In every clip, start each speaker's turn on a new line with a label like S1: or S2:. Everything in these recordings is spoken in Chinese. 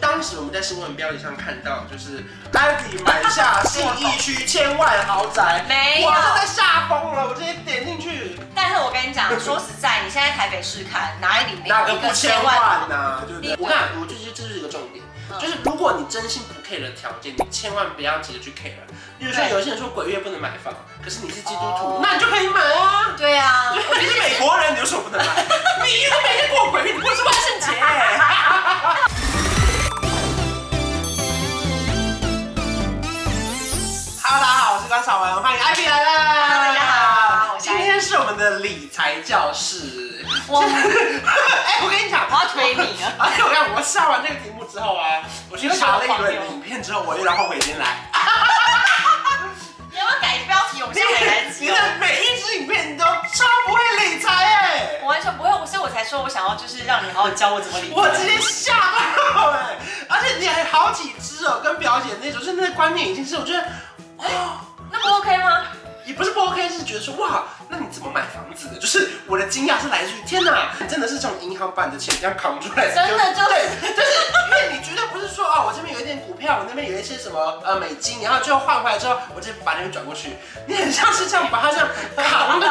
S1: 当时我们在新闻标题上看到，就是丹迪买下信义区千万豪宅，
S2: 没有
S1: 我真的吓疯了，我直接点进去，
S2: 但是我跟 你讲，说实在，你现在台北市看哪里没
S1: 哪
S2: 有
S1: 个
S2: 一
S1: 不
S2: 个
S1: 千
S2: 千
S1: 万啊
S2: 万？
S1: 呐、对不对？我看，我就觉得这就是一个重点，
S2: 嗯
S1: 就是如果你真心不 care 的条件，你千万不要急着去 care。比如说
S2: 对
S1: 有些人说鬼月不能买房，可是你是基督徒
S2: 哦，
S1: 那你就可以买啊。
S2: 对 啊，
S1: 我你是美国人，你有什么不能 买？你又没在过鬼月，你过的是万圣节耶。Hello，大家好，我是关少文，欢迎艾比来啦。
S2: Hello，大家好我是
S1: 今
S2: 艾比
S1: 天是我们的理财教室。
S2: 我我
S1: 哎、我跟你讲，
S2: 要推 你啊！
S1: 而且我看我下完这个题目之后啊，我去查了一轮影片之后，我又然后回进来。
S2: 你要不要改标题？我们现在很 难
S1: 你
S2: 记
S1: 的
S2: 哦。
S1: 每一支影片你都超不会理财哎、
S2: 我完全不会，所以我才说我想要就是让你好好教我怎么理财。
S1: 我直接吓到哎、而且你还好几支哦，跟表姐那种，就是那观念已经是我觉得，哇，
S2: 那不 OK 吗？
S1: 也不是不 OK，是觉得说哇，那你怎么买房子的？就是我的惊讶是来自于天哪，你真的是从银行把你的钱这样扛出来，
S2: 真的就是
S1: 对，就是因为你绝对不是说哦，我这边有一点股票，我那边有一些什么呃美金，然后最后换回来之后，我这边把那边转过去，你很像是这样把它这样扛的，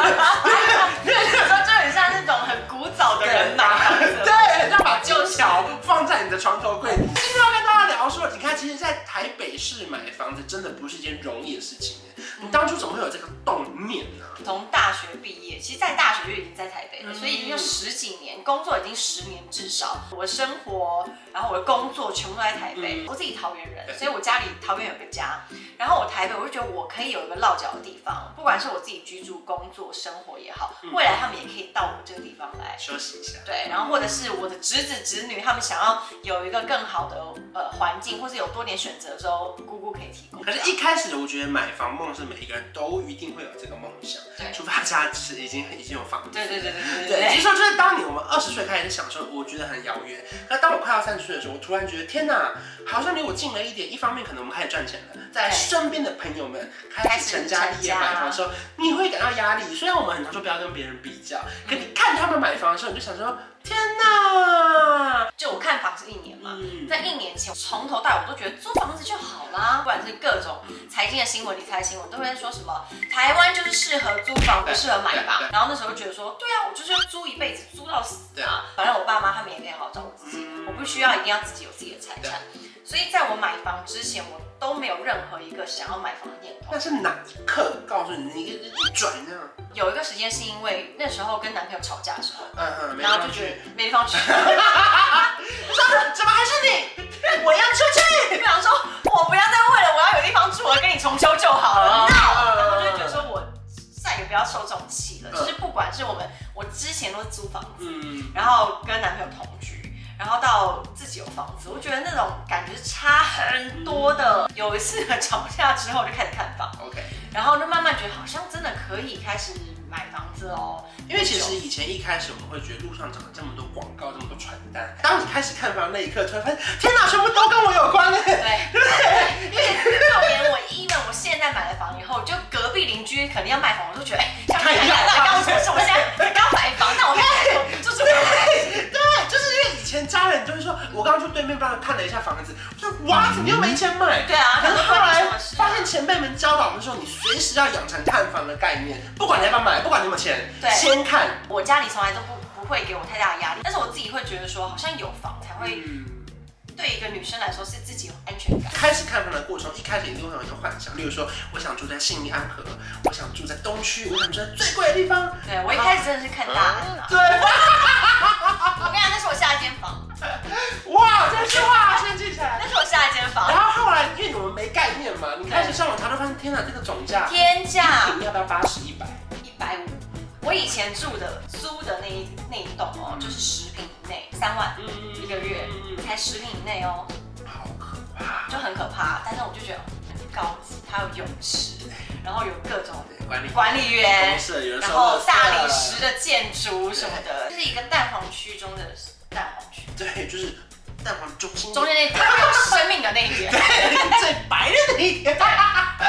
S1: 对，
S2: 你说就很像那种很古早的人买房子。
S1: 对，很像把金条放在你的床头柜。今天要跟大家聊说，你看，其实，在台北市买房子真的不是一件容易的事情。你当初怎么会有这个动念呢？
S2: 从大学毕业，其实，在大学就已经在台北了，
S1: 嗯
S2: 所以已经有十几年，工作已经十年至少。我的生活，然后我的工作全部都在台北。
S1: 嗯
S2: 我自己桃园人，
S1: 对
S2: 所以我家里桃园有个家，然后我台北，我就觉得我可以有一个落脚的地方，不管是我自己居住、工作、生活也好，
S1: 嗯
S2: 未来他们也可以到我这个地方来。
S1: 休息一下。
S2: 对，然后或者是我的侄子侄女，他们想要有一个更好的呃环境，或是有多点选择之后，姑姑可以提供。
S1: 可是，一开始我觉得买房梦是每一个人都一定会有这个梦想，
S2: 对
S1: 除非他家是已经已经有房子。
S2: 对对对对对
S1: 对，其
S2: 对
S1: 实说就是当你我们二十岁开始想说，我觉得很遥远。那当我快要三十岁的时候，我突然觉得天哪，好像离我近了一点。一方面可能我们开始赚钱了，在
S2: 对
S1: 身边的朋友们开始成家立业
S2: 开始成家
S1: 买房的时候，你会感到压力。虽然我们很常说不要跟别人比较，可
S2: 嗯
S1: 你看他们买房的时候，你就想说天哪，
S2: 就我看房是一年嘛，
S1: 嗯，
S2: 在一年前，从头到尾我都觉得租房子就好啦，不管是各种财经的新闻、理财新闻，都会说什么台湾就是适合租房，不适合买房
S1: 对对。啊
S2: 然后那时候就觉得说，对啊，我就是要租一辈子，租到死
S1: 对
S2: 啊！反正我爸妈他们也可以好好照顾自己，
S1: 嗯
S2: 我不需要一定要自己有自己的财产。所以在我买房之前，我都没有任何一个想要买房的念头
S1: 那。是哪一刻告诉你，你一一转这样，
S2: 有一个时间是因为那时候跟男朋友吵架的时候，
S1: 嗯嗯，没
S2: 然后
S1: 上
S2: 就
S1: 去
S2: 觉。得没地 方去。
S1: 怎么还是你？我要出去！
S2: 我想说，我不要再为了我要有地方住而跟你重修就好了。
S1: 啊
S2: 那然后就觉得说我再也不要受这种气了。
S1: 嗯
S2: 就是不管是我们，我之前都是租房子，
S1: 嗯，
S2: 然后跟男朋友同居，然后到自己有房子，我觉得那种感觉是差很多的。有一次吵架之后就开始看房，
S1: OK。
S2: 然后就慢慢觉得好像真的可以开始买房子哦。
S1: 因为其实以前一开始我们会觉得路上长了这么多广告，这么多传单。当你开始看房那一刻，突然发现，天哪，全部都跟我有关哎！
S2: 对，对，因为就连我 even 我现在买了房以后，就隔壁邻居可能要卖房，我就觉得哎，像
S1: 看一下
S2: 到底刚说什么？现在才刚买房，但我看就是我
S1: 对，就是因为以前家人就会说，我刚刚去对面帮看了一下房子，我说哇，怎么又没钱买？
S2: 对啊，
S1: 可是后来发现
S2: 现
S1: 前辈们教导我们说，你随时要养成看房的概念，不管你要不要买，不管你有没有钱，
S2: 对
S1: 先看。
S2: 我家里从来都不不会给我太大的压力，但是我自己会觉得说，好像有房才会
S1: 嗯
S2: 对一个女生来说是自己有安全感。
S1: 开始看房的过程中，一开始一定会有一个幻想，例如说，我想住在信义安和，我想住在东区，我想住在最贵的地方。
S2: 对我一开始真的是看大安啊，
S1: 对，
S2: 我跟你讲，那是我下一间房，
S1: 哇，这句话先记起来。
S2: 那是我下一间房，
S1: 然后后来，因为我们没概念嘛，你开始上网查，就发现天哪，这个总价
S2: 天价。
S1: 一平要到八十一百，
S2: 一百五。我以前住的租的那一那一栋哦，就是十平以内，三万
S1: 嗯，
S2: 一个月，才十平以内哦，
S1: 好可怕。
S2: 就很可怕。但是我就觉得很高级，它有泳池，然后有各种
S1: 对，管理
S2: 管理
S1: 公
S2: 员，
S1: 社有人
S2: 然
S1: 收
S2: 后
S1: 垃圾
S2: 大理石的建筑什么的，这是一个蛋黄区中的蛋黄区，
S1: 对，就是蛋黄中心
S2: 中间那它没有生命的那一点，
S1: 最白的那一个。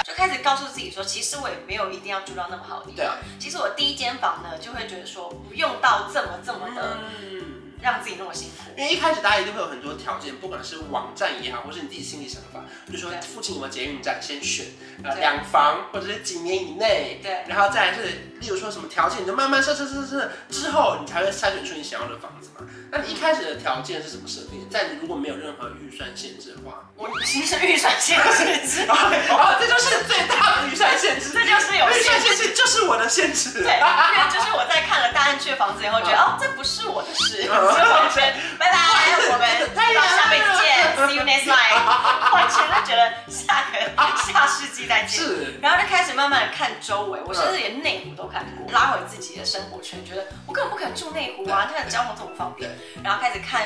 S2: 就开始告诉自己说，其实我也没有一定要住到那么好的地
S1: 对
S2: 方。
S1: 啊，
S2: 其实我第一间房呢，就会觉得说不用到这么这么的。
S1: 嗯，
S2: 让自己那么辛苦。
S1: 因为一开始大家一定会有很多条件，不管是网站也好，或是你自己心里想法，比如说
S2: 对
S1: 附近有没有捷运站，先选呃
S2: 对
S1: 两房或者是几年以内，
S2: 对
S1: 然后再来是例如说什么条件，你就慢慢设设设设之后，你才会筛选出你想要的房子嘛。那你一开始的条件是怎么设定？在你如果没有任何预算限制的 话，
S2: 我其实预算限 制，
S1: 哦，这就是最大的预算限制，
S2: 这就是 有
S1: 预
S2: 限
S1: 算
S2: 制。
S1: 限制就是我的限制，
S2: 对，因为就是我在看了大安区的房子以后，觉得哦，这不是我的事，所以我觉得拜拜，我们到下辈子见，see you next time。完全就觉得下个下世纪再见。
S1: 是
S2: 然后就开始慢慢看周围，我甚至连内湖都看过，拉回自己的生活圈，觉得我根本不可能住内湖啊，它的交通这么不方便。然后开始看。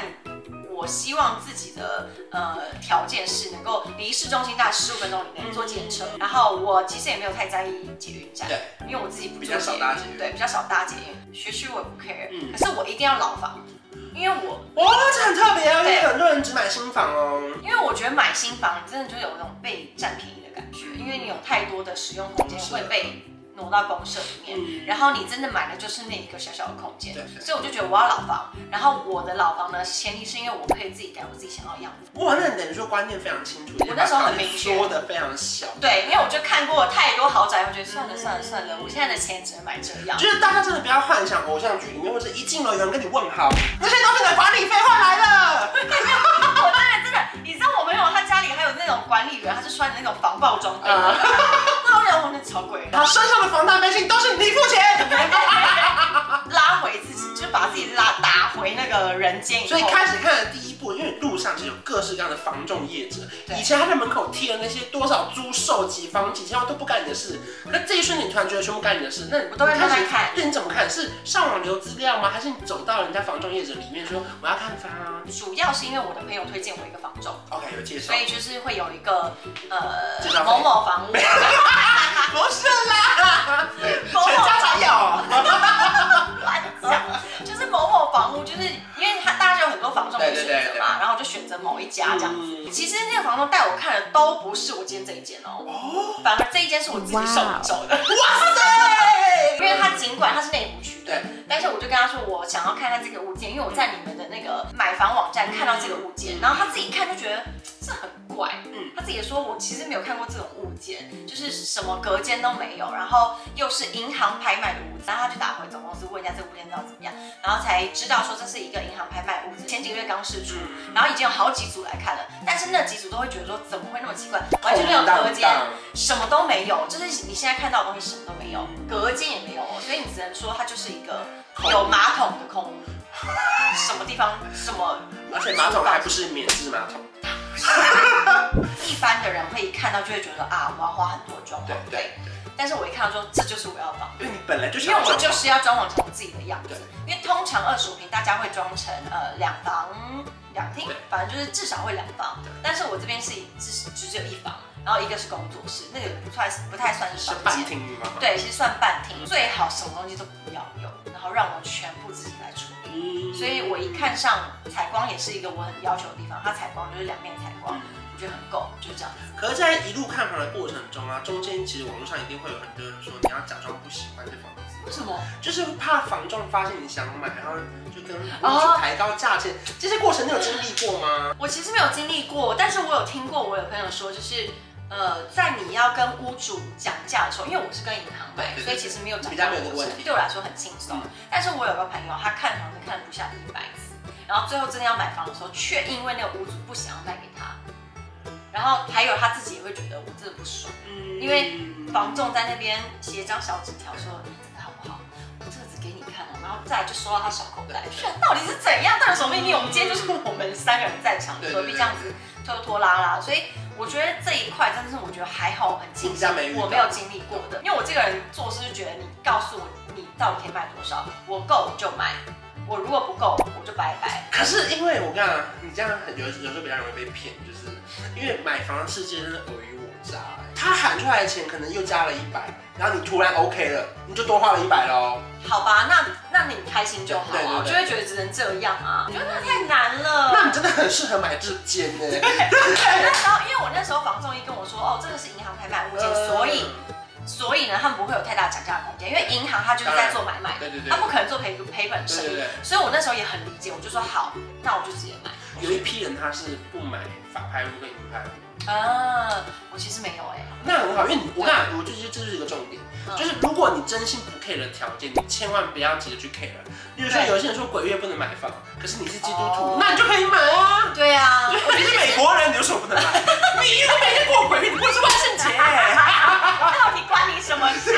S2: 我希望自己的呃条件是能够离市中心大概十五分钟以内坐捷运车，然后我其实也没有太在意捷运站，
S1: 对，
S2: 因为我自己不
S1: 比
S2: 坐
S1: 较少搭捷运
S2: 对，比较少搭捷运，学区我也不 care，、
S1: 嗯
S2: 可是我一定要老房，因为我
S1: 哇，这很特别啊，因
S2: 对
S1: 为很多人只买新房哦。
S2: 因为我觉得买新房真的就有那种被占便宜的感觉，因为你有太多的使用空间
S1: 是
S2: 会被挪到公社里面，
S1: 嗯
S2: 然后你真的买的就是那一个小小的空间
S1: 对，
S2: 所以我就觉得我要老房，然后我的老房呢，前提是因为我可以自己改我自己想要的样子。
S1: 哇，那你等于说观念非常清楚，
S2: 我那时候很明确
S1: 说的非常小，
S2: 对，因为我就看过太多豪宅，我觉得算了算了算了，我现在的钱只能买这样。
S1: 就是大家真的不要幻想偶像剧里面，或者一进楼有人跟你问好，那些都是你的管理费换来的。
S2: 哦我当然真的，你知道我朋友他家里还有那种管理员，他是穿那种防爆装备，
S1: 啊
S2: 那我让我那超贵。
S1: 然后身上的房贷背心都是你付钱，
S2: 拉回自己，就是把自己拉打回那个人间以后，
S1: 所以开始看的第一步，因为路上其实有各式各样的房仲业者，
S2: 对
S1: 以前他在门口贴的那些多少租售几房几千万都不干你的事，那这一瞬间你突然觉得全部干你的事，那你
S2: 我都会慢慢
S1: 开始
S2: 看
S1: 对，你怎么看？是上网留资料吗？还是你走到人家房仲业者里面说我要看房啊
S2: 主要是因为我的朋友推荐我一个房仲，
S1: ？OK，有介绍
S2: 所。以就是会有一个呃
S1: 介绍费
S2: 某某 房屋，
S1: 不是啦，
S2: 某
S1: 全
S2: 某
S1: 家才有。
S2: 乱讲，就是某某房屋，就是因为他大家有很多房仲可以
S1: 对
S2: 选
S1: 对对
S2: 择嘛，然后我就选择某一家这样子。
S1: 嗯
S2: 其实那个房东带我看的都不是我今天这一间哦，反而这一间是我自己手走的。
S1: 哇塞！
S2: 因为他尽管他是内湖区的
S1: 对，
S2: 但是我就跟他说我想要看他这个物件，因为我在你们的那个买房网站看到这个物件，然后他自己看就觉得嗯这很怪，嗯
S1: 嗯，
S2: 他自己也说我其实没有看过这种物件，就是什么隔间都没有，然后又是银行拍卖的物件，然后他就打回总公司问一下这个物件到底怎么样，然后才知道说这是一个银行拍卖的物件，前几个月刚试出，
S1: 嗯
S2: 然后已经有好几组来看了，但是那几组都会觉得说怎么会那么奇怪，完全没有隔间。什么都没有，就是你现在看到的东西什么都没有，隔间也没有，所以你只能说它就是一个有马桶的空屋，什么地方什么
S1: 而且马桶还不是免治马桶，
S2: 一般的人会一看到就会觉得啊，我要花很多装潢
S1: 对对
S2: 费，但是我一看到说这就是我要的房子，
S1: 因为你本来就是
S2: 因为
S1: 要
S2: 我
S1: 装
S2: 就是要装潢成我自己的样子
S1: 对，
S2: 因为通常二十五平大家会装成呃两房两厅
S1: 对，
S2: 反正就是至少会两房
S1: 对，
S2: 但是我这边是一只只只有一房，然后一个是工作室，那个不算不太算是
S1: 是
S2: 房
S1: 半
S2: 间。
S1: 厅吗？
S2: 对，其实算半停，最好什么东西都不要有，然后让我全部自己来处理。
S1: 嗯，
S2: 所以我一看上采光也是一个我很要求的地方，它采光就是两面采光，我觉得很够，就是这样。
S1: 可是，在一路看房的过程中啊，中间其实网络上一定会有很多人说你要假装不喜欢这房子，
S2: 为什么？
S1: 就是怕房仲发现你想买，然后就跟屋
S2: 哦
S1: 主抬高价钱。这些过程你有经历过吗？
S2: 我其实没有经历过，但是我有听过，我有朋友说，就是呃，在你要跟屋主讲价的时候，因为我是跟银行买，
S1: 对对对
S2: 所以其实没有涨
S1: 比
S2: 价
S1: 较没有这个
S2: 过程
S1: 问题嗯
S2: 对我来说很轻松。但是我有个朋友，他看房子看了不下一百次，然后最后真的要买房的时候，却因为那个屋主不想要卖给他，然后还有他自己也会觉得我真的不爽。
S1: 嗯，
S2: 因为房仲在那边写一张小纸条说你这个好不好？我这个只给你看了，然后再来就收到他小口袋，这到底是怎样？到底什么秘密？我们今天就是我们三个人在场，
S1: 对对
S2: 何必这样子拖拖拉拉？所以我觉得这一块真的是我觉得还好，我很庆
S1: 比
S2: 幸
S1: 较没遇到
S2: 我没有经历过的，因为我这个人做事就觉得你告诉我你到底可以卖多少，我够我就买，我如果不够我就拜拜。
S1: 可是因为我跟你讲，你这样很有有时候比较容易被骗，就是因为买房的世界真的尔虞我诈、欸他喊出来的钱可能又加了一百，然后你突然 OK 了，你就多花了一百喽。
S2: 好吧，那那你开心就好
S1: 对对
S2: 啊，
S1: 对
S2: 我就会觉得只能这样啊，我觉得那太难了。
S1: 那你真的很适合买这间呢、欸。
S2: 那时候，因为我那时候房仲一跟我说，哦，这个是银行拍卖物件，所以
S1: 嗯
S2: 所以呢，他们不会有太大涨价的空间，因为银行它就是在做买卖，
S1: 对对对
S2: 它，不可能做赔赔 本
S1: 对
S2: 生
S1: 对
S2: 意。
S1: 对。
S2: 所以我那时候也很理解，我就说好，那我就直接买。
S1: 有一批人他是不买法拍屋跟银拍屋，
S2: 啊，我其实没有哎、
S1: 那很好，因为你我看我就觉得这就是一个重点，
S2: 嗯
S1: 就是如果你真心不 care 的条件，你千万不要急着去 care。例如说
S2: 对
S1: 有些人说鬼月不能买房，可是你是基督
S2: 哦
S1: 徒，那你就可以买啊。
S2: 对啊，
S1: 我你是美国人，你有什么不能买？你又每天过鬼月，你过的是万圣节，
S2: 到底关你什么事？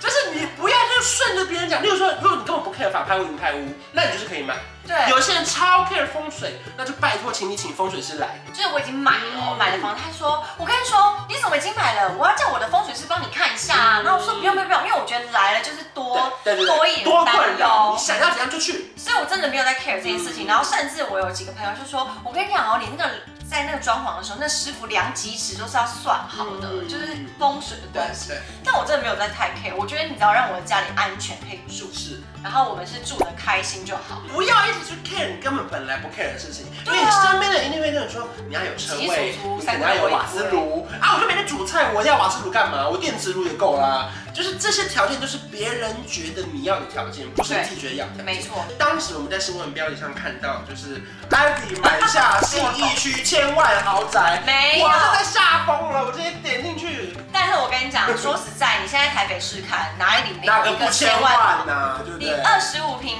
S1: 就是你不要就顺着别人讲。例如说，如果你根本不 care 法拍屋、银拍屋，那你就是可以买。
S2: 对，
S1: 有些人超 care 风水，那就拜托，请你请风水师来。
S2: 就是我已经买了，我买了房子，他说，我跟你说，你怎么已经买了？我要叫我的风水师帮你看一下啊。然后我说不用不用不用，因为我觉得来了就是多
S1: 对对
S2: 多
S1: 对
S2: 一
S1: 对，多
S2: 点
S1: 困
S2: 担
S1: 扰，
S2: 忧
S1: 你，想要怎样就去。
S2: 所以我真的没有在 care 这件事情。然后甚至我有几个朋友就说，我跟你讲哦，你那个在那个装潢的时候，那师傅量几尺都是要算好的，
S1: 嗯
S2: 就是风水的
S1: 对
S2: 东西。
S1: 对，
S2: 但我真的没有在太 care，我觉得你只要让我的家里安全可以住，
S1: 是。
S2: 然后我们是住的开心就好。
S1: 不要一直去 care 你根本本来不 care 的事情，因为
S2: 对
S1: 你
S2: 啊
S1: 身边的一定会跟你说你要有车位
S2: 习俗，
S1: 你可能要有瓦斯炉啊，我就每天煮菜，我要瓦斯炉干嘛？我电磁炉也够啦。就是这些条件都是别人觉得你要的条件，不是你自己觉得要的条件。
S2: 没错，
S1: 当时我们在新闻标题上看到，就是安迪买下信义区千万豪宅，
S2: 没有
S1: 我都在吓疯了，我直接点进去，
S2: 但是我跟你讲，说实在，你现在台北市看哪里没
S1: 哪
S2: 有
S1: 个
S2: 一
S1: 不
S2: 个
S1: 千
S2: 千万
S1: 万？呐、对不
S2: 你
S1: 对？
S2: 二十五平，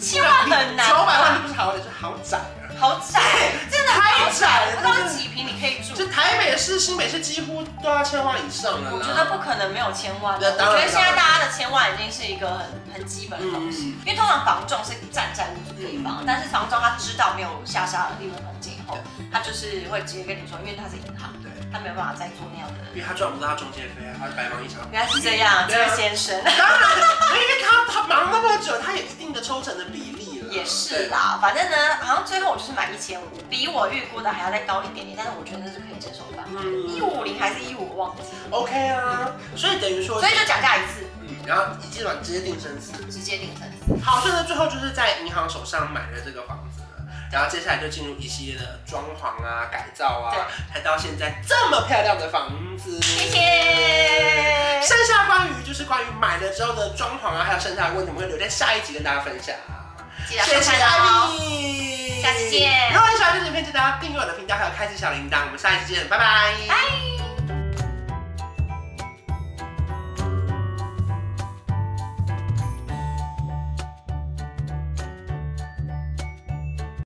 S2: 千万很难。
S1: 九百万就不是豪宅，是豪宅啊。
S2: 好窄，真的好
S1: 太窄
S2: 窄，
S1: 了
S2: 不知道几平你可以住。
S1: 就台北市、新北市几乎都要千万以上了啦。
S2: 我觉得不可能没有千万的，
S1: 啊那
S2: 我
S1: 当然嗯
S2: 觉得现在大家的千万已经是一个很很基本的东西，因为通常房仲是站在屋主这一方，但是房仲他知道没有下杀利润空间以后，他就是会直接跟你说，因为他是银行，
S1: 对，
S2: 他没有办法再做那样
S1: 因为
S2: 的。
S1: 他赚不到他中介费啊，他白忙一场。
S2: 原来是这样，这
S1: 对啊
S2: 位先生
S1: 当然，因为他他忙那么久，他有一定的抽成的比例了。
S2: 也是啦，反正呢，好像最后我就是买一千五，比我预估的还要再高一点点，但是我觉得那是可以接受的范围。
S1: 嗯
S2: 一五零还是一五，我忘记了，
S1: 对，OK 啊，所以等于说，
S2: 所以就讲价一次，
S1: 嗯，然后一进晚直接定生死。
S2: 直接定成。
S1: 好，所以呢，最后就是在银行手上买了这个房子了，然后接下来就进入一系列的装潢啊、改造啊，才到现在这么漂亮的房子。
S2: 谢谢。
S1: 剩下关于就是关于买了之后的装潢啊，还有剩下的问题，我们会留在下一集跟大家分享。
S2: 记得
S1: 谢谢
S2: 收看哦。
S1: 艾米，
S2: 下次见
S1: 如果你喜欢这支影片，记得要订阅我的频道，还有开启小铃铛。我们下一期见，拜拜。
S2: 拜。